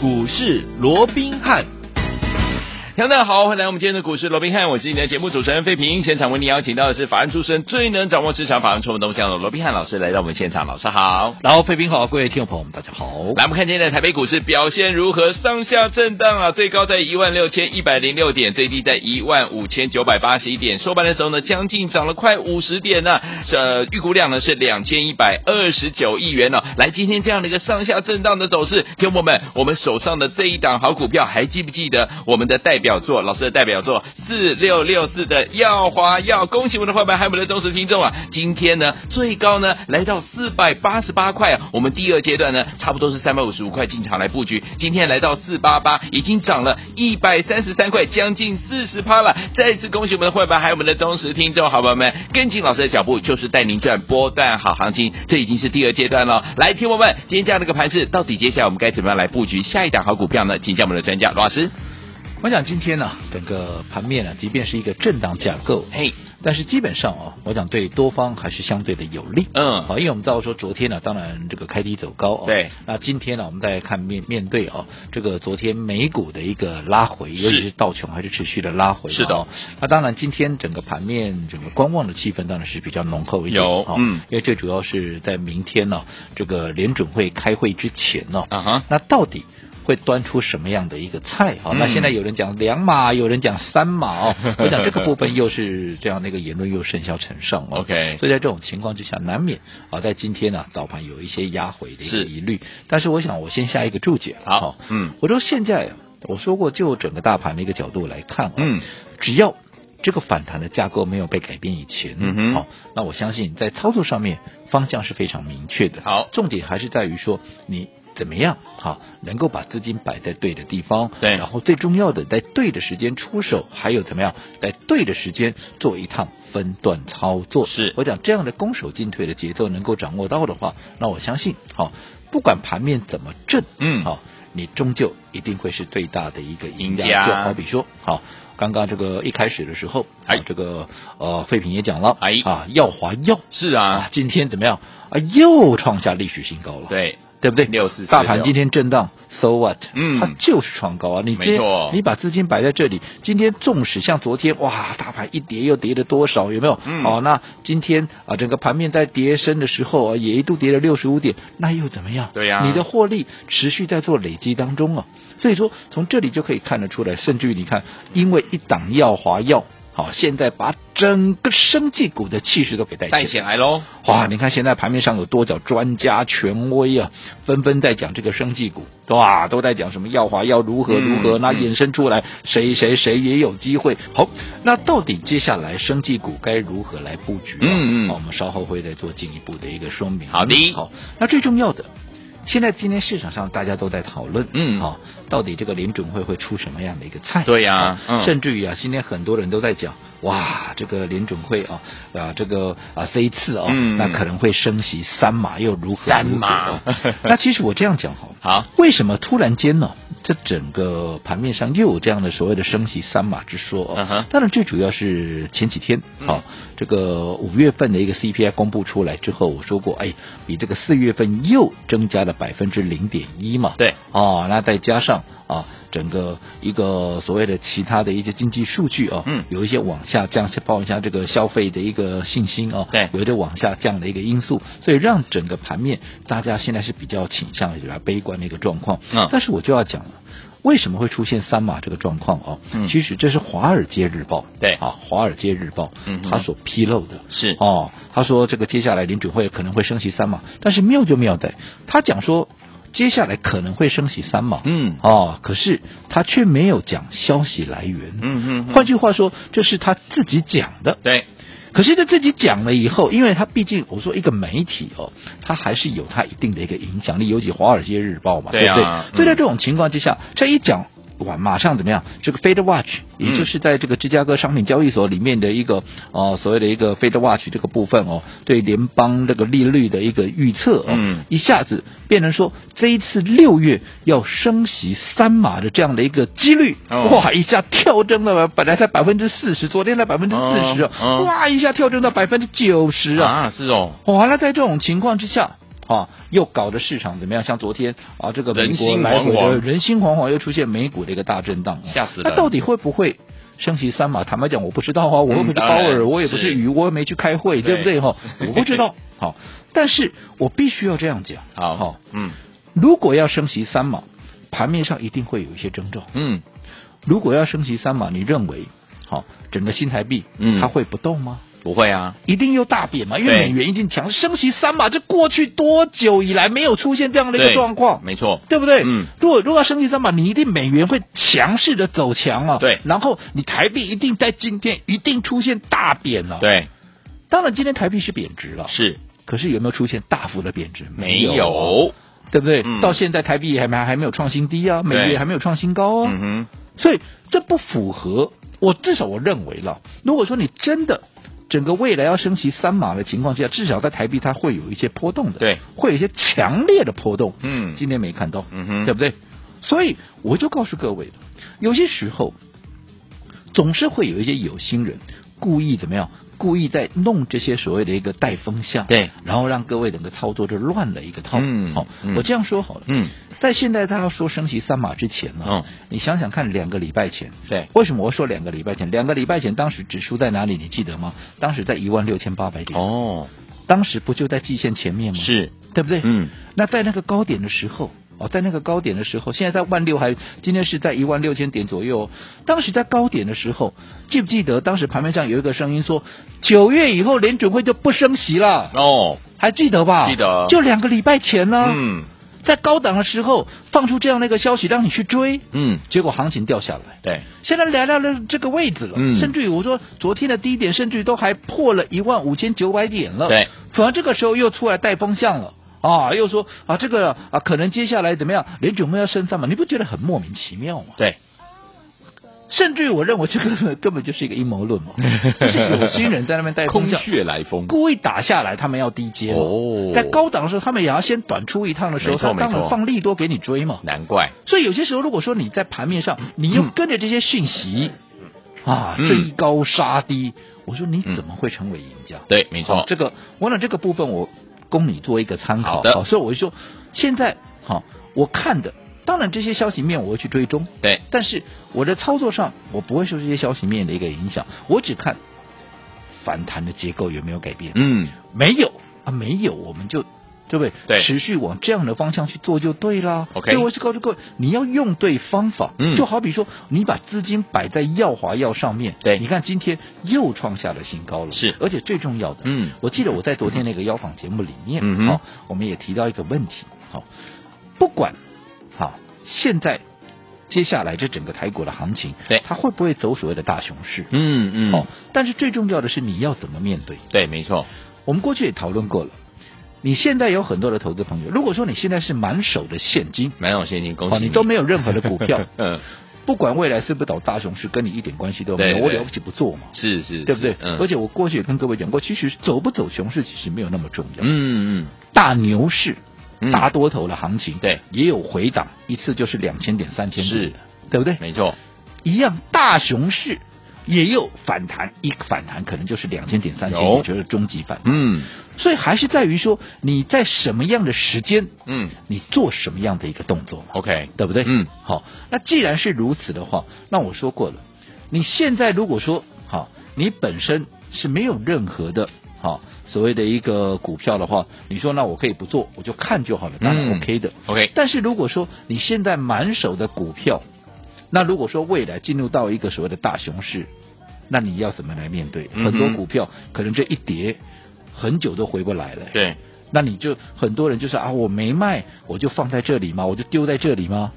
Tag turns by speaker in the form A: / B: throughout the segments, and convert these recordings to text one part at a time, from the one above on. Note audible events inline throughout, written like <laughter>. A: 股市罗宾汉。大家好，欢迎来我们今天的股市罗宾汉，我是你的节目主持人费平。现场为你邀请到的是法案出身、最能掌握市场法案筹动向的罗宾汉老师来到我们现场，老师好。
B: 然后，费平好，各位听众朋友们，大家好。
A: 来，我们看今天的台北股市表现如何？上下震荡啊，最高在一万六千一百零六点，最低在一万五千九百八十一点。收盘的时候呢，将近涨了快五十点呢、这预估量呢是两千一百二十九亿元哦。来，今天这样的一个上下震荡的走势，听众朋友们，我们手上的这一档好股票，还记不记得我们的代表作？老师的代表作四六六四的耀华耀，恭喜我们的伙伴还有我们的忠实听众啊！今天呢，最高呢来到四百八十八块啊，我们第二阶段呢，差不多是三百五十五块进场来布局，今天来到四八八，已经涨了一百三十三块，将近四十趴了。再次恭喜我们的会员，还有我们的忠实听众好朋友们，跟进老师的脚步，就是带您赚波段好行情，这已经是第二阶段了。来，听我们，今天这样的一个盘势，到底接下来我们该怎么样来布局下一档好股票呢？请教我们的专家罗老师。
B: 我想今天呢、整个盘面呢、即便是一个震荡架构，
A: 嘿，
B: 但是基本上啊，我想对多方还是相对的有利。
A: 嗯
B: 好，因为我们知道说昨天呢、当然这个开低走高哦。
A: 对。
B: 那今天呢、我们再看面面对哦，这个昨天美股的一个拉回，尤其是道琼还是持续的拉回嘛。
A: 是的
B: 哦。那当然，今天整个盘面整个观望的气氛当然是比较浓厚一点。
A: 有
B: 哦
A: 嗯。
B: 因为最主要是在明天呢、这个联准会开会之前呢、
A: 啊哈，
B: 那到底会端出什么样的一个菜？好，那
A: 嗯
B: 现在有人讲两码，有人讲三码哦。我讲这个部分又是这样的一个言论又甚嚣尘上哦。
A: <laughs> OK
B: 所以在这种情况之下，难免啊，在今天呢、早盘有一些压回的一个
A: 是
B: 疑虑。但是我想，我先下一个注解了。
A: 好
B: 哦，
A: 嗯
B: 我说现在啊我说过，就整个大盘的一个角度来看、哦，
A: 嗯，
B: 只要这个反弹的架构没有被改变以前，
A: 嗯哼
B: 好、那我相信在操作上面方向是非常明确的。
A: 好
B: 重点还是在于说你。怎么样？好，能够把资金摆在对的地方，
A: 对
B: 然后最重要的，在对的时间出手，还有怎么样，在对的时间做一趟分段操作。
A: 是
B: 我讲这样的攻守进退的节奏能够掌握到的话，那我相信，好，不管盘面怎么震，
A: 嗯
B: 好，你终究一定会是最大的一个赢
A: 赢家
B: 就好比说，好，刚刚这个一开始的时候，
A: 哎
B: 啊这个呃，废品也讲了，
A: 哎
B: 啊，耀华耀
A: 是啊
B: 啊，，今天怎么样啊，又创下历史新高了，
A: 对，
B: 对不对？
A: 6446
B: 哎大盘今天震荡，so what？
A: 嗯
B: 它就是创高啊！你今
A: 没错
B: 你把资金摆在这里，今天纵使像昨天，哇，大盘一跌又跌了多少，有没有？
A: 嗯
B: 哦，那今天啊，整个盘面在跌升的时候啊，也一度跌了六十五点，那又怎么样？
A: 对呀
B: 你的获利持续在做累积当中啊，所以说从这里就可以看得出来，甚至于你看，因为一档耀华药。好，现在把整个生技股的气势都给带起来
A: 带
B: 了
A: 起来喽，
B: 哇，你看现在盘面上有多少专家权威啊，纷纷在讲这个生技股，哇，都在讲什么耀华要如何如何，
A: 嗯
B: 那
A: 嗯
B: 衍生出来谁谁谁也有机会。好，那到底接下来生技股该如何来布局、啊？
A: 嗯嗯
B: 好我们稍后会再做进一步的一个说明。
A: 好的
B: 好，那最重要的。现在今天市场上大家都在讨论，
A: 嗯
B: 好、到底这个联准会会出什么样的一个菜？
A: 对呀
B: 好
A: 嗯
B: 甚至于啊，今天很多人都在讲，哇，这个联准会啊，啊，这个啊这一次哦，
A: 嗯
B: 那可能会升息三码又如何如何？
A: 三码
B: <laughs> 那其实我这样讲好了，
A: 好，
B: 为什么突然间呢？这整个盘面上又有这样的所谓的升息三码之说、哦
A: 嗯哼嗯
B: 当然，最主要是前几天啊、好这个五月份的一个 CPI 公布出来之后，我说过，哎，比这个四月份又增加了百分之零点一嘛。
A: 对，
B: 哦，那再加上啊，整个一个所谓的其他的一些经济数据哦，
A: 嗯
B: 有一些往下降，包一下这个消费的一个信心哦，
A: 对
B: 有一个往下降的一个因素，所以让整个盘面大家现在是比较倾向于比较悲观的一个状况。
A: 嗯
B: 但是我就要讲了。为什么会出现三马这个状况哦？
A: 嗯
B: 其实这是《华尔街日报》
A: 对
B: 啊，《华尔街日报》
A: 嗯哼
B: 他所披露的
A: 是
B: 哦，他说这个接下来联准会可能会升息三码，但是妙就妙在，他讲说接下来可能会升息三码，
A: 嗯
B: 哦，可是他却没有讲消息来源。
A: 嗯嗯，
B: 换句话说，这是他自己讲的。
A: 对，
B: 可是他自己讲了以后，因为他毕竟我说一个媒体哦，他还是有他一定的一个影响力，尤其《华尔街日报》嘛，
A: 对啊
B: 不对？
A: 嗯
B: 所以在这种情况之下，这一讲。哇，马上怎么样？这个 Fed Watch，
A: 嗯
B: 也就是在这个芝加哥商品交易所里面的一个呃所谓的一个 Fed Watch 这个部分哦，对联邦这个利率的一个预测哦，
A: 嗯
B: 一下子变成说这一次六月要升息三码的这样的一个几率，
A: 哦
B: 哇，一下跳增了，本来才百分之四十，昨天才百分之四十，
A: 哦哦
B: 哇，一下跳增到百分之九十啊！
A: 啊，是哦，
B: 哇，那在这种情况之下，啊，又搞得市场怎么样？像昨天啊，这个美国
A: 人心
B: 来回
A: 惶
B: 的
A: 惶
B: 人心惶惶，又出现美股的一个大震荡、啊，
A: 吓死人
B: 那到底会不会升息三码？坦白讲，我不知道啊，我又不是鲍
A: 嗯当
B: 尔，
A: 然
B: 我也不是
A: 是
B: 鱼，我也没去开会，对不
A: 对
B: 对
A: <laughs>
B: 哈？我不知道。好，但是我必须要这样讲。
A: 好，嗯
B: 如果要升息三码，盘面上一定会有一些征兆。
A: 嗯，
B: 如果要升息三码，你认为好、整个新台币
A: 嗯
B: 它会不动吗？
A: 不会啊，
B: 一定又大贬嘛，因为
A: 对
B: 美元一定强，升息三码，这过去多久以来没有出现这样的一个
A: 对
B: 状况？
A: 没错，
B: 对不对？
A: 嗯，
B: 如果如果要升息三码，你一定美元会强势的走强啊。
A: 对
B: 然后你台币一定在今天一定出现大贬了、，
A: 对，
B: 当然今天台币是贬值了，
A: 是
B: 可是有没有出现大幅的贬值？
A: 没
B: 有啊，
A: 有，
B: 对不对？
A: 嗯
B: 到现在台币还没还没有创新低啊，美元
A: 对
B: 还没有创新高啊。
A: 嗯哼，
B: 所以这不符合我至少我认为了。如果说你真的整个未来要升息三码的情况之下，至少在台币它会有一些波动的，
A: 对，
B: 会有一些强烈的波动。
A: 嗯
B: 今天没看到，
A: 嗯哼
B: 对不对？所以我就告诉各位了，有些时候总是会有一些有心人故意怎么样？故意在弄这些所谓的一个带风向，
A: 对，
B: 然后让各位整个操作就乱了一个套。
A: 嗯
B: 好、
A: 嗯
B: 我这样说好了，
A: 嗯，
B: 在现在他要说升息三码之前呢、
A: 嗯
B: 你想想看，两个礼拜前，
A: 对，
B: 为什么我说两个礼拜前？两个礼拜前当时指数在哪里？你记得吗？当时在一万六千八百点，
A: 哦，
B: 当时不就在季线前面吗？，
A: 是，
B: 对不对？
A: 嗯，
B: 那在那个高点的时候，哦，在那个高点的时候，现在在万六还，今天是在一万六千点左右、哦。当时在高点的时候，记不记得当时盘面上有一个声音说，九月以后联准会就不升息了，
A: 哦，
B: 还记得吧？
A: 记得
B: 就两个礼拜前呢、
A: 嗯
B: 在高档的时候放出这样的一个消息，让你去追，
A: 嗯，
B: 结果行情掉下来。
A: 对，
B: 现在来到了这个位置了，
A: 嗯
B: 甚至于我说昨天的低点，甚至于都还破了一万五千九百点了。
A: 对，
B: 反而这个时候又出来带风向了。啊，又说啊，这个啊，可能接下来怎么样？联准会要升三嘛？你不觉得很莫名其妙吗？
A: 对，
B: 甚至于我认为这个根本就是一个阴谋
A: <laughs>
B: 论嘛，哦就是有心人在那边带
A: 空
B: 风向，
A: 穴来风，
B: 故意打下来，他们要低接嘛。
A: 哦
B: 在高档的时候，他们也要先短出一趟的时候，
A: 没错
B: 他当
A: 没
B: 然
A: 错
B: 放利多给你追嘛。
A: 难怪，
B: 所以有些时候，如果说你在盘面上，你又跟着这些讯息、啊，
A: 嗯
B: 追高杀低，我说你怎么会成为赢家？
A: 嗯对，没
B: 好
A: 错，
B: 这个我想这个部分我供你做一个参考。
A: 好的
B: 所以我就说，现在好、我看的，当然这些消息面我会去追踪，
A: 对，
B: 但是我的操作上我不会受这些消息面的一个影响，我只看反弹的结构有没有改变。
A: 嗯，
B: 没有啊，没有，我们就对不对？
A: 对
B: 持续往这样的方向去做就对啦。
A: OK
B: 所以我是告诉各位，你要用对方法。
A: 嗯
B: 就好比说，你把资金摆在耀华药上面，
A: 对
B: 你看今天又创下了新高了，
A: 是
B: 而且最重要的，
A: 嗯
B: 我记得我在昨天那个邀访节目里面，
A: 嗯哼
B: 好、我们也提到一个问题，好、不管好、现在接下来这整个台股的行情，
A: 对
B: 它会不会走所谓的大熊市？
A: 嗯
B: 哦
A: 嗯，，
B: 但是最重要的是你要怎么面对。
A: 对，没错，
B: 我们过去也讨论过了，你现在有很多的投资朋友，如果说你现在是满手的现金，
A: 蛮有现金，恭
B: 哦，
A: 喜，
B: 你都没有任何的股票
A: <laughs> 嗯，
B: 不管未来是不是倒大熊市，跟你一点关系都没有，
A: 对对
B: 我了不起不做嘛，
A: 是是，
B: 对不对
A: 是？嗯
B: 而且我过去也跟各位讲过，其实走不走熊市其实没有那么重要，
A: 嗯嗯
B: 大牛市
A: 嗯，
B: 大多头的行情，
A: 对，
B: 也有回档，一次就是两千点、三千
A: 是
B: 点，对不对？
A: 没错，
B: 一样大熊市。也有反弹，一个反弹可能就是两千点、三千点，
A: 有
B: 我觉得终极反弹。
A: 嗯
B: 所以还是在于说你在什么样的时间，
A: 嗯
B: 你做什么样的一个动作嘛，
A: ，OK，
B: 对不对？
A: 嗯，
B: 好，那既然是如此的话，那我说过了，你现在如果说好，你本身是没有任何的好所谓的一个股票的话，你说那我可以不做，我就看就好了，当然
A: 嗯
B: OK 的。
A: OK，
B: 但是如果说你现在满手的股票，那如果说未来进入到一个所谓的大熊市，那你要怎么来面对？
A: 嗯哼
B: 很多股票可能这一跌，很久都回不来了。，
A: 对，
B: 那你就很多人就说啊，我没卖，我就放在这里吗？我就丢在这里吗？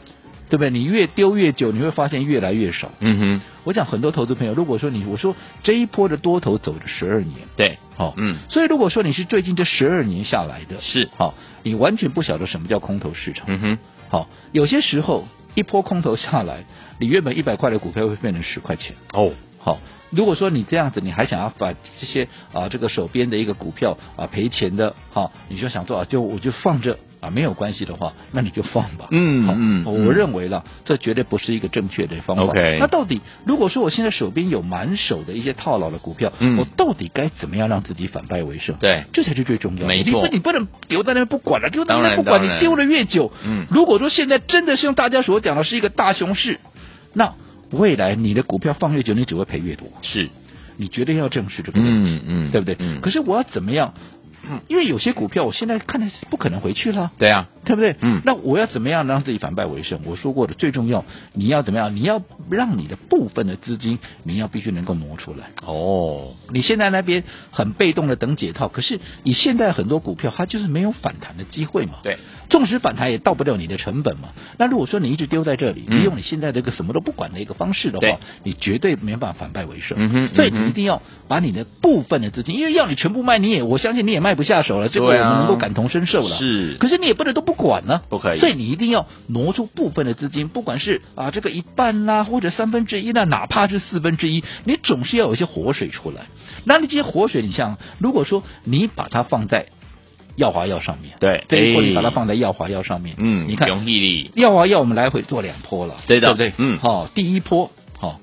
B: 对不对？你越丢越久，你会发现越来越少。
A: 嗯哼，
B: 我讲很多投资朋友，如果说你我说这一波的多头走了十二年，
A: 对，
B: 好、哦，
A: 嗯
B: 所以如果说你是最近这十二年下来的，
A: 是
B: 好、你完全不晓得什么叫空头市场。
A: 嗯哼，
B: 好，有些时候一波空头下来，你原本一百块的股票会变成十块钱。
A: 哦，
B: 好，如果说你这样子，你还想要把这些啊、这个手边的一个股票啊、赔钱的，好、你就想说啊，就我就放着啊没有关系的话， <laughs> 那你就放吧。
A: 嗯
B: 好
A: 嗯
B: 我
A: 嗯
B: 认为了，这绝对不是一个正确的方法。
A: OK
B: 那到底如果说我现在手边有满手的一些套牢的股票，
A: 嗯
B: 我到底该怎么样让自己反败为胜？
A: 对
B: 这才是最重要的。
A: 没
B: 你不
A: 错
B: 你不能丢在那边不管了，丢在那边不
A: 当然
B: 管，
A: 当然
B: 你丢了越久，
A: 嗯
B: 如果说现在真的是用大家所讲的是一个大熊市，那未来你的股票放越久，你只会赔越多。
A: 是，
B: 你绝对要正视这个问题。
A: 嗯嗯，
B: 对不对？
A: 嗯，
B: 可是我要怎么样？因为有些股票我现在看的是不可能回去了，
A: 对啊，
B: 对不对？
A: 嗯
B: 那我要怎么样让自己反败为胜？我说过的，最重要，你要怎么样？你要让你的部分的资金，你要必须能够挪出来。
A: 哦，
B: 你现在那边很被动的等解套，可是你现在很多股票它就是没有反弹的机会嘛。
A: 对，
B: 纵使反弹也到不了你的成本嘛。那如果说你一直丢在这里，
A: 嗯
B: 你用你现在这个什么都不管的一个方式的
A: 对
B: 话，你绝对没办法反败为胜。
A: 嗯哼
B: 所以
A: 嗯
B: 你
A: 哼
B: 一定要把你的部分的资金，因为要你全部卖，你也我相信你也卖不下手了，这个我
A: 对啊
B: 们能够感同身受了。
A: 是
B: 可是你也不能都不管呢、
A: 不可以
B: 所以你一定要挪出部分的资金，不管是啊这个一半啦，或者三分之一啦，哪怕是四分之一，你总是要有一些活水出来。那你这些活水，你像如果说你把它放在耀华药上面，
A: 对
B: 这一波你把它
A: 哎
B: 放在耀华药上面，
A: 嗯，
B: 你看
A: 容毅力，
B: 耀华药我们来回做两波了，
A: 对的
B: 不对？
A: 嗯
B: 好、第一波，好、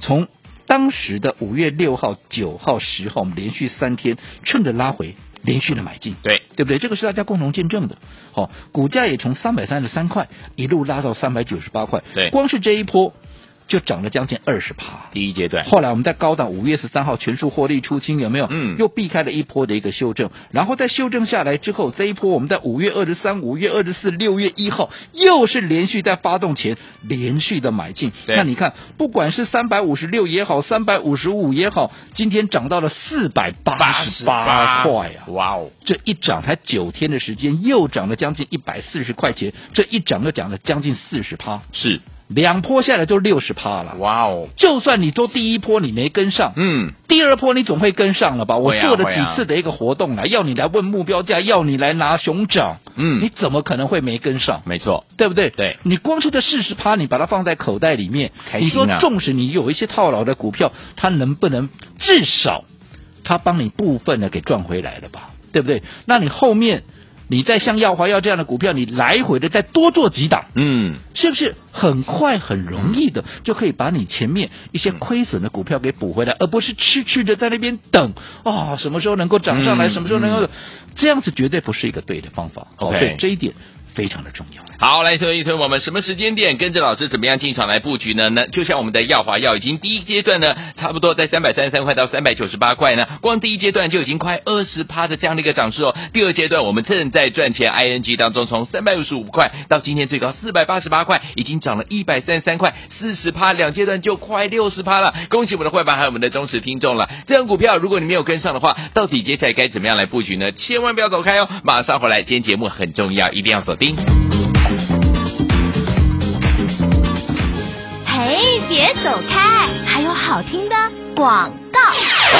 B: 从当时的五月六号、九号、十号，我们连续三天趁着拉回，连续的买进，
A: 对，
B: 对不对？这个是大家共同见证的。好、股价也从三百三十三块一路拉到三百九十八块，
A: 对
B: 光是这一波就涨了将近二十趴。
A: 第一阶段，
B: 后来我们在高档五月十三号全数获利出清，有没有？
A: 嗯
B: 又避开了一波的一个修正，然后在修正下来之后，这一波我们在五月二十三、五月二十四、六月一号又是连续在发动前连续的买进。
A: 对
B: 那你看，不管是三百五十六也好，三百五十五也好，今天涨到了四百八十八块啊！
A: 哇哦，
B: 这一涨才九天的时间，又涨了将近一百四十块钱，这一涨又涨了将近四十趴，
A: 是，
B: 两波下来就六十趴了。
A: 哇哦，
B: 就算你做第一波你没跟上，
A: 嗯，
B: 第二波你总会跟上了吧？我
A: 会啊
B: 做了
A: 会啊
B: 几次的一个活动了，要你来问目标价，要你来拿熊掌，
A: 嗯
B: 你怎么可能会没跟上？
A: 没错，
B: 对不对？
A: 对
B: 你光是这四十趴，你把它放在口袋里面，
A: 开
B: 你
A: 心啊
B: 说纵使你有一些套牢的股票，它能不能至少它帮你部分的给赚回来了吧？对不对？那你后面你再像耀华药这样的股票，你来回的再多做几档，
A: 嗯，
B: 是不是很快很容易的就可以把你前面一些亏损的股票给补回来，而不是痴痴的在那边等啊、什么时候能够涨上来，
A: 嗯
B: 什么时候能够、这样子绝对不是一个对的方法。好
A: OK
B: 所以这一点非常的重要。
A: 好，来推一推我们什么时间点跟着老师怎么样进场来布局呢？那就像我们的耀华药已经第一阶段呢，差不多在三百三十三块到三百九十八块呢，光第一阶段就已经快二十趴的这样的一个涨势哦。第二阶段我们正在赚钱 ING 当中，从三百五十五块到今天最高四百八十八块，已经涨了一百三十三块，四十趴，两阶段就快六十趴了。恭喜我们的会员还有我们的忠实听众了。这样股票如果你没有跟上的话，到底接下来该怎么样来布局呢？千万不要走开哦，马上回来，今天节目很重要，一定要锁定。
C: 嘿，别走开，还有好听的广告。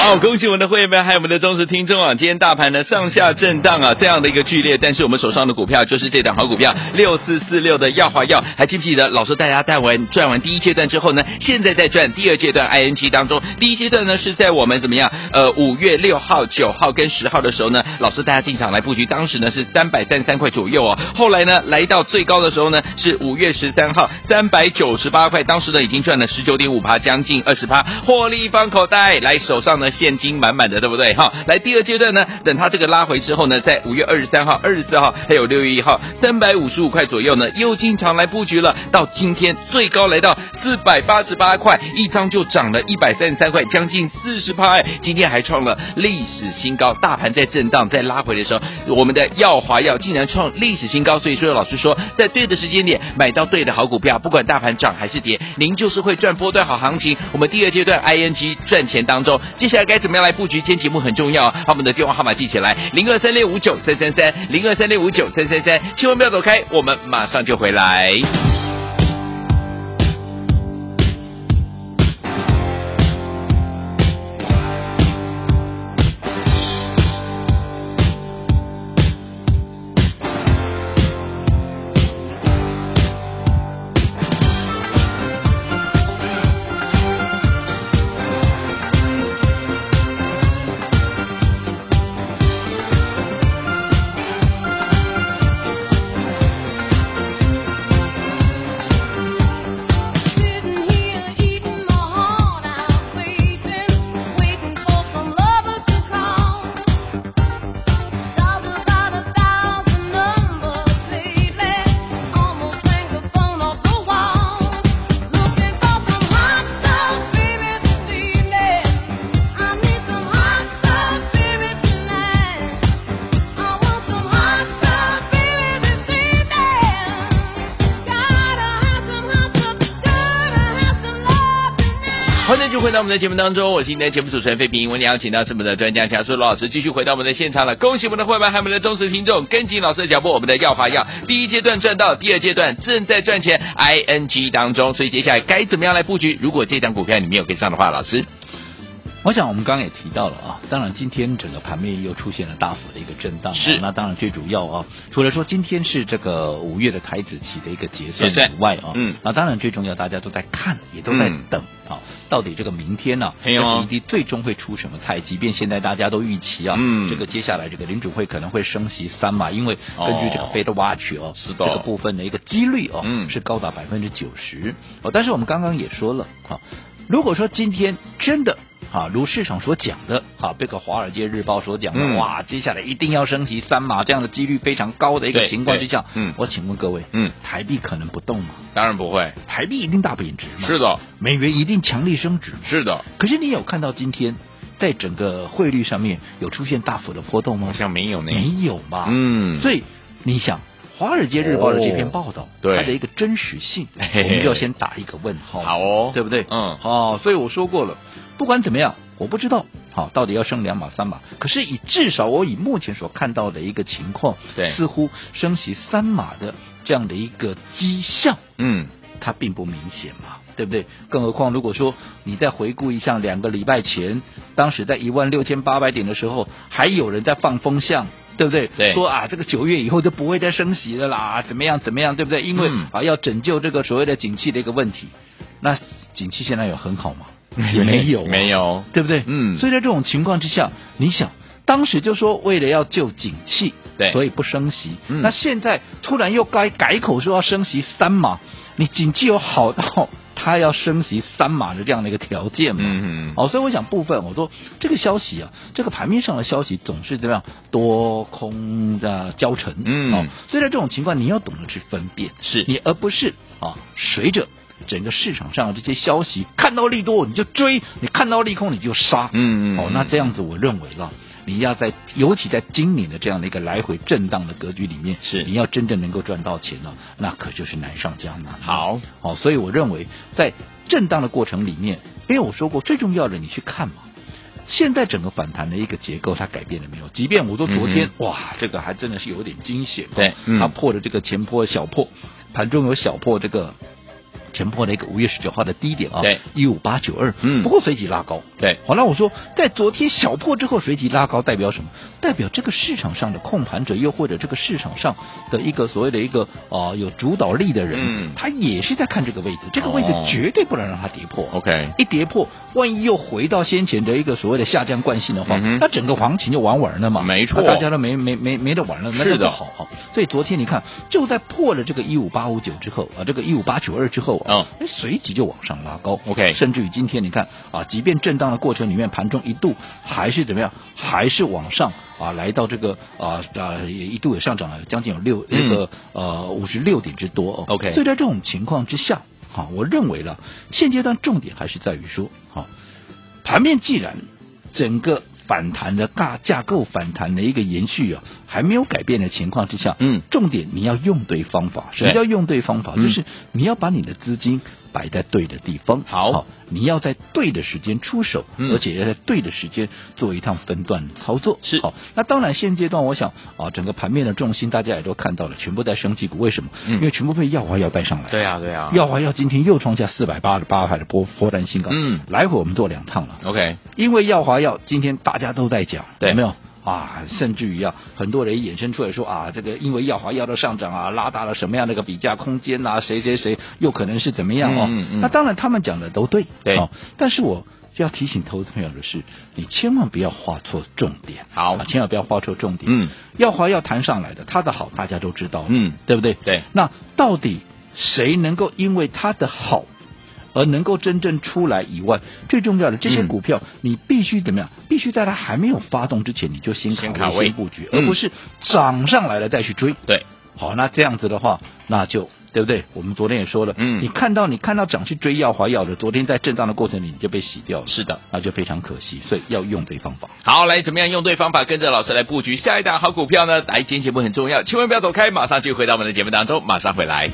A: 好，恭喜我们的会员们，还有我们的忠实听众啊！今天大盘呢上下震荡啊，这样的一个剧烈，但是我们手上的股票就是这档好股票六四四六的耀华药，还记不记得老师带大家带完赚完第一阶段之后呢，现在在赚第二阶段 ING 当中，第一阶段呢是在我们怎么样？呃，五月六号、九号跟十号的时候呢，老师带大家进场来布局，当时呢是三百三十三块左右哦，后来呢来到最高的时候呢是五月十三号三百九十八块，当时呢已经赚了十九点五趴，将近二十趴，获利放口袋，来手上呢现金满满的，对不对？哈，来第二阶段呢，等它这个拉回之后呢，在五月二十三号、二十四号还有六月一号三百五十五块左右呢，又进场来布局了，到今天最高来到四百八十八块，一张就涨了一百三十三块，将近四十趴，哎今天还创了历史新高。大盘在震荡在拉回的时候，我们的耀华药竟然创历史新高，所以说老师说，在对的时间点买到对的好股票，不管大盘涨还是跌，您就是会赚波段好行情。我们第二阶段 ING 赚钱当中，接下来该怎么样来布局？今天节目很重要，把我们的电话号码记起来，零二三六五九三三三，零二三六五九三三三，千万不要走开，我们马上就回来。欢迎就回到我们的节目当中，我是今天的节目主持人费平，我们邀请到是我们的专家乔叔罗老师继续回到我们的现场了。恭喜我们的会员还有我们的忠实听众，跟紧老师的脚步，我们的要法要第一阶段赚到，第二阶段正在赚钱 ING 当中，所以接下来该怎么样来布局？如果这张股票你没有跟上的话，老师，
B: 我想我们刚刚也提到了啊，当然今天整个盘面又出现了大幅的一个震荡、啊，
A: 是
B: 那当然最主要啊，除了说今天是这个五月的台子期的一个结算
A: 结算
B: 以外啊，
A: 嗯
B: 那当然最重要大家都在看，也都在
A: 嗯
B: 等、啊，到底这个明天呢、啊，
A: 哎呦
B: 这 B D 最终会出什么菜？即便现在大家都预期啊，
A: 嗯
B: 这个接下来这个联储会可能会升息三嘛，因为根据这个
A: 哦
B: Fed Watch 哦，
A: 是的
B: 这个部分的一个几率哦，
A: 嗯
B: 是高达百分之九十哦，但是我们刚刚也说了啊，如果说今天真的啊，如市场所讲的啊，这个《华尔街日报》所讲的，
A: 嗯
B: 哇，接下来一定要升息三码这样的几率非常高的一
A: 对
B: 个情况
A: 对
B: 之下，
A: 嗯
B: 我请问各位，
A: 嗯，
B: 台币可能不动吗？
A: 当然不会，
B: 台币一定大贬值嘛？
A: 是的，
B: 美元一定强力升值嘛？
A: 是的，
B: 可是你有看到今天在整个汇率上面有出现大幅的波动吗
A: 好？像没有呢，
B: 没有嘛。
A: 嗯，哦
B: 所以你想，《华尔街日报》的这篇报道，
A: 对
B: 它的一个真实性，
A: 嘿嘿嘿
B: 我们就要先打一个问号，
A: 好哦
B: 对不对？
A: 嗯
B: 哦，所以我说过了，不管怎么样。我不知道，好，到底要升两码三码？可是以至少我以目前所看到的一个情况，
A: 对
B: 似乎升息三码的这样的一个迹象，
A: 嗯，
B: 它并不明显嘛，对不对？更何况如果说你再回顾一下两个礼拜前，当时在一万六千八百点的时候，还有人在放风向。对不对？
A: 对
B: 说啊，这个九月以后就不会再升息了啦，怎么样怎么样，对不对？因为、
A: 嗯
B: 啊，要拯救这个所谓的景气的一个问题。那景气现在有很好吗？也
A: <laughs> 也
B: 没有啊、
A: 没有，
B: 对不对？
A: 嗯
B: 所以在这种情况之下，你想，当时就说为了要救景气，
A: 对
B: 所以不升息。
A: 嗯
B: 那现在突然又该改口说要升息三码，你景气有好到它要升息三码的这样的一个条件嘛？
A: 嗯嗯
B: 哦，所以我想部分，我说这个消息啊，这个盘面上的消息总是这样多空的交乘，
A: 嗯
B: 哦，所以在这种情况，你要懂得去分辨，
A: 是
B: 你而不是啊，随着整个市场上的这些消息，看到利多你就追，你看到利空你就杀，
A: 嗯嗯
B: 哦
A: 嗯，
B: 那这样子我认为了。你要在，尤其在今年的这样的一个来回震荡的格局里面，
A: 是
B: 你要真正能够赚到钱了，那可就是难上加难。
A: 好，
B: 哦，所以我认为在震荡的过程里面，因为我说过最重要的你去看嘛。现在整个反弹的一个结构它改变了没有？即便我说昨天、哇，这个还真的是有点惊险、哦，
A: 嗯对嗯
B: 它破了这个前破小破，盘中有小破这个前破的一个五月十九号的低点啊，
A: 对，
B: 一五八九二，
A: 嗯
B: 不过随即拉高，
A: 对
B: 好，那我说，在昨天小破之后随即拉高，代表什么？代表这个市场上的控盘者，又或者这个市场上的一个所谓的一个啊、呃有主导力的人，
A: 嗯
B: 他也是在看这个位置，这个位置
A: 哦
B: 绝对不能让它跌破。
A: ，OK，
B: 一跌破，万一又回到先前的一个所谓的下降惯性的话，
A: 嗯哼
B: 那整个行情就玩完了嘛。
A: 没错
B: 那大家都没没没没得玩了，那
A: 是
B: 就
A: 的
B: 不好啊。所以昨天你看，就在破了这个一五八五九之后啊，这个一五八九二之后
A: 嗯
B: 啊，哎、随即就往上拉高。
A: OK
B: 甚至于今天你看啊，即便震荡的过程里面，盘中一度还是怎么样，还是往上啊，来到这个啊啊，也一度也上涨了将近有六那
A: 嗯
B: 个、呃五十六点之多哦。
A: OK
B: 所以在这种情况之下，啊，我认为了现阶段重点还是在于说，啊，盘面既然整个反弹的大架构反弹的一个延续啊，还没有改变的情况之下，
A: 嗯
B: 重点你要用对方法。什
A: 对
B: 么叫用对方法？
A: 嗯
B: 就是你要把你的资金摆在对的地方，
A: 好
B: 你要在对的时间出手，
A: 嗯
B: 而且要在对的时间做一趟分段操作。
A: 是
B: 好，那当然现阶段我想啊，整个盘面的重心大家也都看到了，全部在升级股，为什么？
A: 嗯
B: 因为全部被耀华耀带上来。
A: 对啊，对啊，
B: 耀华耀今天又创下四百八十八块的波波段新高，
A: 嗯
B: 来回我们做两趟了。
A: OK，
B: 因为耀华药今天大家都在讲，
A: 对
B: 有没有？啊，甚至于啊，很多人衍生出来说啊，这个因为耀华药的上涨啊，拉大了什么样的一个比价空间呐、谁谁谁又可能是怎么样哦？
A: 嗯嗯
B: 那当然他们讲的都对，
A: 对
B: 哦。但是我要提醒投资朋友的是，你千万不要画错重点，
A: 好
B: 啊千万不要画错重点。
A: 嗯，
B: 耀华药谈上来的，它的好大家都知道，
A: 嗯
B: 对不对？
A: 对
B: 那到底谁能够因为它的好而能够真正出来以外，最重要的这些
A: 嗯
B: 股票，你必须怎么样？必须在它还没有发动之前，你就先
A: 先卡
B: 卡
A: 位
B: 先布局，
A: 嗯
B: 而不是涨上来了再去追。
A: 对，
B: 好，那这样子的话，那就对不对？我们昨天也说了，
A: 嗯
B: 你看到你看到涨去追耀华药的，昨天在震荡的过程里你就被洗掉了，
A: 是的。
B: 那就非常可惜，所以要用对方法。
A: 好，来怎么样用对方法，跟着老师来布局下一档好股票呢？来，今天节目很重要，千万不要走开，马上就回到我们的节目当中，马上回来。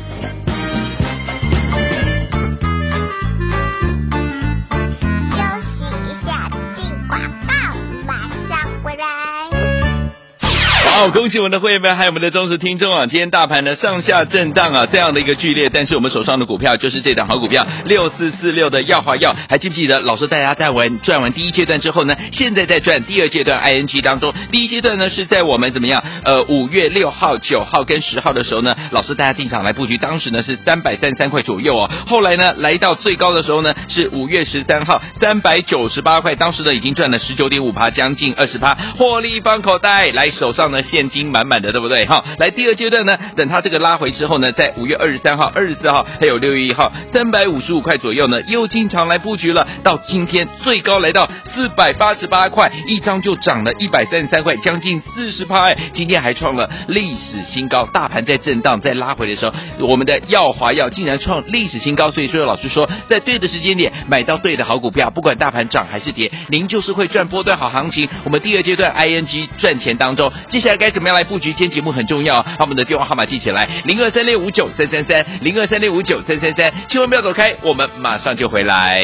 A: 好，恭喜我们的会员们，还有我们的忠实听众啊！今天大盘呢上下震荡啊，这样的一个剧烈，但是我们手上的股票就是这档好股票六四四六的耀华药，还记不记得老师带大家带完赚完第一阶段之后呢，现在在赚第二阶段 ING 当中，第一阶段呢是在我们怎么样？呃，五月六号、九号跟十号的时候呢，老师带大家进场来布局，当时呢是三百三十三块左右哦，后来呢来到最高的时候呢是五月十三号三百九十八块，当时呢已经赚了十九点五趴，将近二十趴，获利放口袋，来手上呢现金满满的，对不对？哈，来第二阶段呢，等它这个拉回之后呢，在五月二十三号、二十四号还有六月一号三百五十五块左右呢，又进场来布局了，到今天最高来到四百八十八块，一张就涨了一百三十三块，将近四十趴，哎，今天还创了历史新高。大盘在震荡、在拉回的时候，我们的耀华药竟然创历史新高，所以说老师说，在对的时间点买到对的好股票，不管大盘涨还是跌，您就是会赚波段好行情。我们第二阶段 ING 赚钱当中，接下来该怎么样来布局？今天节目很重要啊，把我们的电话号码记起来，零二三六五九三三三，零二三六五九三三三，千万不要走开，我们马上就回来。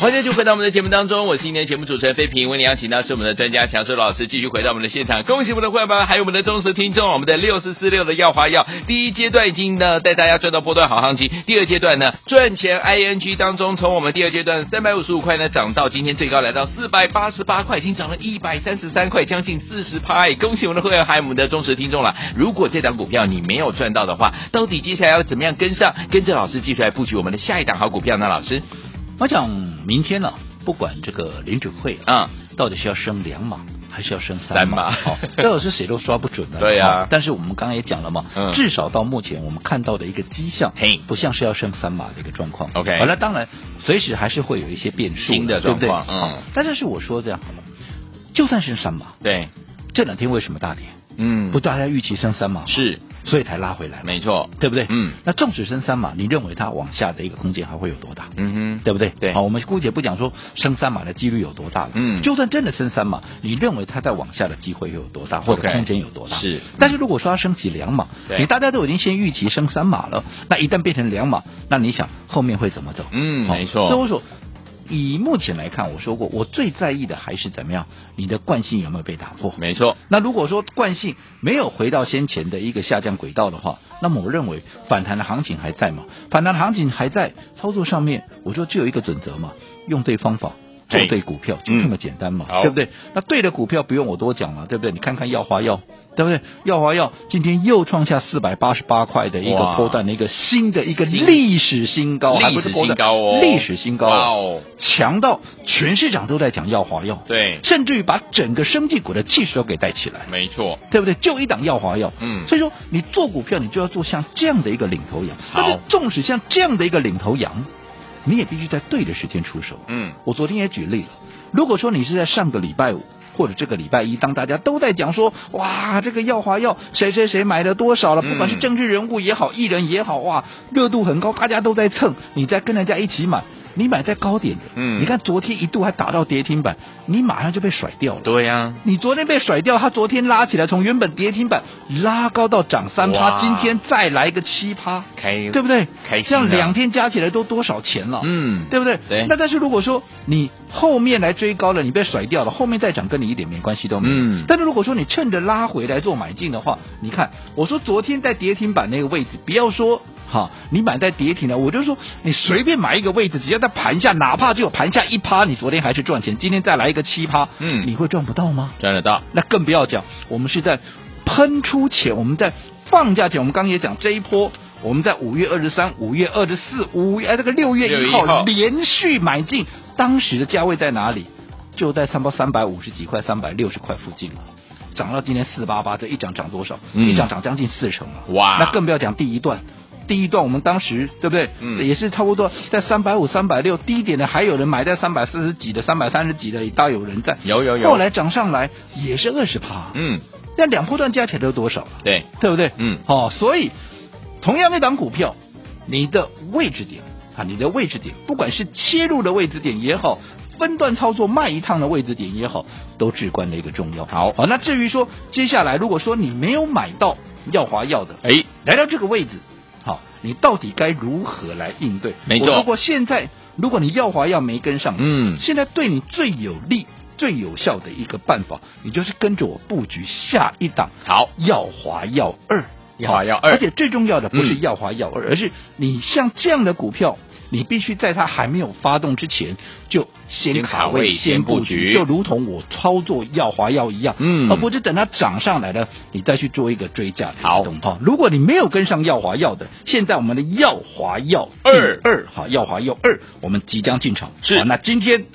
A: 欢迎继续回到我们的节目当中，我是今天的节目主持人飞平，为您邀请到是我们的专家强叔老师，继续回到我们的现场，恭喜我们的会员们，还有我们的忠实听众，我们的六四四六的耀华药，第一阶段已经呢带大家赚到波段好行情，第二阶段呢赚钱 ING 当中，从我们第二阶段三百五十五块呢涨到今天最高来到四百八十八块，已经涨了一百三十三块，将近四十拍，恭喜我们的会员还有我们的忠实听众了。如果这档股票你没有赚到的话，到底接下来要怎么样跟上，跟着老师继续来布局我们的下一档好股票呢？老师，
B: 我想明天呢、不管这个联准会啊，
A: 嗯。
B: 到底是要升两码还是要升
A: 三
B: 三
A: 码
B: 码？
A: <laughs>
B: 好，这老师谁都刷不准的。
A: 对呀
B: 好但是我们刚才也讲了嘛
A: 嗯，
B: 至少到目前我们看到的一个迹象
A: 嘿，
B: 不像是要升三码的一个状况。
A: OK
B: 好了，当然随时还是会有一些变数，
A: 新的
B: 对不对
A: 状况嗯
B: 好但是我说这样好了，就算是三码，
A: 对，
B: 这两天为什么大跌？
A: 嗯，
B: 不，大家预期升三码，
A: 是，
B: 所以才拉回来嘛，
A: 没错，
B: 对不对？
A: 嗯
B: 那纵使升三码，你认为它往下的一个空间还会有多大？
A: 嗯哼，
B: 对不对？
A: 对
B: 好，我们姑且不讲说升三码的几率有多大了，
A: 嗯
B: 就算真的升三码，你认为它再往下的机会又有多大，或者
A: OK，
B: 空间有多大？
A: 是
B: 但是如果说它升起两码，
A: 对
B: 你大家都已经先预期升三码了，那一旦变成两码，那你想后面会怎么走？
A: 嗯
B: 好
A: 没错
B: 所以我说。以目前来看，我说过，我最在意的还是怎么样，你的惯性有没有被打破？
A: 没错，
B: 那如果说惯性没有回到先前的一个下降轨道的话，那么我认为反弹的行情还在嘛？反弹的行情还在，操作上面我说只有一个准则嘛，用对方法。做
A: 嘿
B: 对股票就这么简单嘛，
A: 嗯好
B: 对不对？那对的股票不用我多讲了，对不对？你看看耀华药，对不对？耀华药今天又创下四百八十八块的一
A: 哇
B: 个波段的一个新的一个
A: 新
B: 历史新高，还
A: 历
B: 不是
A: 史
B: 波
A: 新
B: 段
A: 高哦，
B: 历史新高
A: 哇
B: 啊，
A: 哦，
B: 强到全市场都在讲耀华药，
A: 对，
B: 甚至于把整个生技股的气势都给带起来，
A: 没错，
B: 对不对？就一档耀华药，
A: 嗯
B: 所以说你做股票，你就要做像这样的一个领头羊。但是纵使像这样的一个领头羊，你也必须在对的时间出手。
A: 嗯，
B: 我昨天也举例了，如果说你是在上个礼拜五。或者这个礼拜一，当大家都在讲说，哇，这个耀华药谁谁谁买了多少了，
A: 嗯
B: 不管是政治人物也好，艺人也好，哇，热度很高，大家都在蹭，你再跟人家一起买，你买在高点的，
A: 嗯
B: 你看昨天一度还打到跌停板，你马上就被甩掉了。
A: 对呀，
B: 你昨天被甩掉，他昨天拉起来，从原本跌停板拉高到涨三
A: 哇
B: 趴，今天再来个七趴，
A: 开，
B: 对不对？
A: 开心啊
B: 这样两天加起来都多少钱了？
A: 嗯，
B: 对不对？
A: 对
B: 那但是如果说你后面来追高了，你被甩掉了，后面再涨跟你一点没关系都没有。
A: 嗯
B: 但是如果说你趁着拉回来做买进的话，你看，我说昨天在跌停板那个位置，不要说哈，你买在跌停了，我就说你随便买一个位置，只要在盘下，哪怕只有盘下一趴，你昨天还是赚钱，今天再来一个七趴，
A: 嗯
B: 你会赚不到吗？
A: 赚得到，
B: 那更不要讲，我们是在喷出前，我们在放假前，我们刚刚也讲这一波，我们在五月二十三、五月二十四、五呃这个六月一
A: 6月1号
B: 号连续买进，当时的价位在哪里？就在差不多三百五十几块、三百六十块附近了。涨到今天四八八，这一涨涨多少？
A: 嗯
B: 一涨涨将近四成了。
A: 哇
B: 那更不要讲第一段，第一段我们当时对不对？
A: 嗯
B: 也是差不多在三百五、三百六低点的，还有人买在三百四十几的、三百三十几的，也大有人在。
A: 有有有
B: 后来哎涨上来也是二十趴，
A: 嗯，
B: 那两波段加起来都多少了？啊
A: 对，
B: 对不对？
A: 嗯
B: 哦，所以同样那档股票，你的位置点啊，你的位置点，不管是切入的位置点也好，分段操作卖一趟的位置点也好，都至关的一个重要。
A: 好
B: 好、那至于说接下来，如果说你没有买到耀华药的，
A: 哎，
B: 来到这个位置，好，你到底该如何来应对？
A: 没错
B: 我说过，现在如果你耀华药没跟上，
A: 嗯
B: 现在对你最有利、最有效的一个办法，你就是跟着我布局下一档
A: 好，
B: 耀华药二，
A: 耀华药
B: 好
A: 二
B: 而且最重要的不是
A: 嗯
B: 耀华药二，而是你像这样的股票。你必须在它还没有发动之前，就
A: 先
B: 先
A: 卡
B: 卡
A: 位
B: 位、
A: 先
B: 先布
A: 布局
B: 局，就如同我操作耀华药一样，
A: 嗯
B: 哦而不是等它涨上来了，你再去做一个追价的
A: 好
B: 动作。如果你没有跟上耀华药的，现在我们的耀华药
A: 二
B: 第二，好，耀华药二，我们即将进场。
A: 是
B: 好那今天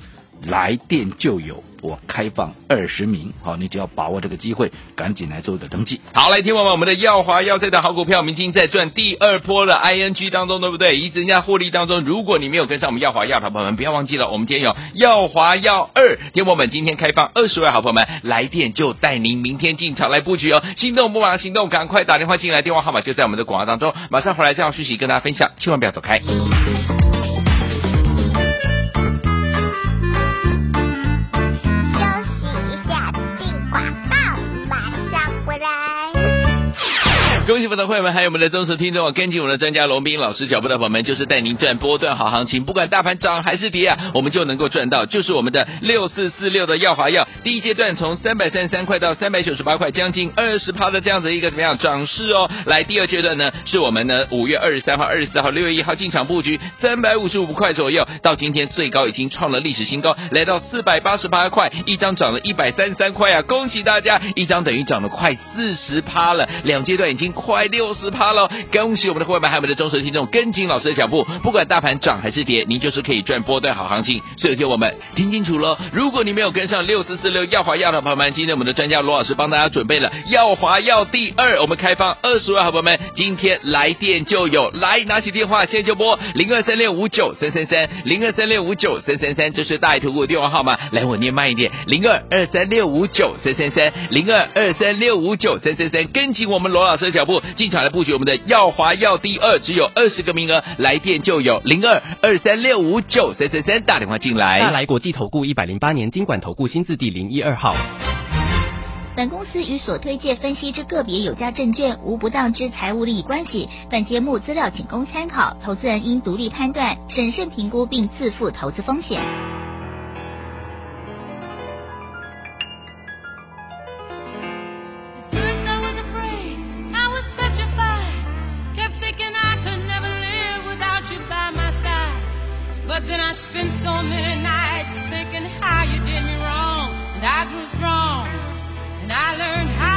B: 来电就有，我开放二十名，好，你只要把握这个机会，赶紧来做一个登记。
A: 好，来，听我们，我们的耀华耀这档好股票，我们已经在赚第二波的 ING 当中，对不对？以及人家获利当中，如果你没有跟上我们耀华耀的好朋友们，不要忘记了，我们今天有耀华耀二，听我们今天开放二十位好朋友们来电，就带您明天进场来布局哦。心动不忙行动，赶快打电话进来，电话号码就在我们的广告当中。马上回来这样讯息跟大家分享，千万不要走开。
C: 休息一下，进广告，马上回来。
A: 恭喜我们的会员们，还有我们的忠实听众啊！跟紧我们的专家龙斌老师脚步的朋友们，就是带您赚波段好行情，不管大盘涨还是跌啊，我们就能够赚到。就是我们的六四四六的耀华药，第一阶段从三百三十三块到三百九十八块，将近二十趴的这样子一个怎么样涨势哦。来，第二阶段呢，是我们呢五月二十三号、二十四号、六月一号进场布局，三百五十五块左右，到今天最高已经创了历史新高，来到四百八十八块，一张涨了一百三十三块啊！恭喜大家，一张等于涨了快四十趴了，两阶段已经快六十趴了。恭喜我们的会员们，还有我们的忠实听众，跟紧老师的脚步，不管大盘涨还是跌，您就是可以赚波段好行情。所以，听我们听清楚喽，如果你没有跟上六四四六耀华耀的朋友们，今天我们的专家罗老师帮大家准备了耀华耀第二，我们开放二十位好朋友们，今天来电就有，来拿起电话现在就拨零二三六五九三三三零二三六五九三三三，这是大爱投顾的电话号码，来我念慢一点，零二二三六五九三三三零二二三六五九三三三，跟紧我们罗老师的脚步，进场来布局我们的耀华耀第二，只有二十个名额，来电就有零二二三六五九三三三，打电话进来。
D: 大来国际投顾一百零八年经管投顾新字第零一二号。
C: 本公司与所推介分析之个别有价证券无不当之财务利益关系。本节目资料仅供参考，投资人应独立判断、审慎评估并自负投资风险。
E: First I was afraid, I was petrified. Kept thinking I could never live without you by my side. But then I spent so many nights thinking how you did me wrong. And I grew strong, and I learned how oh, Oh,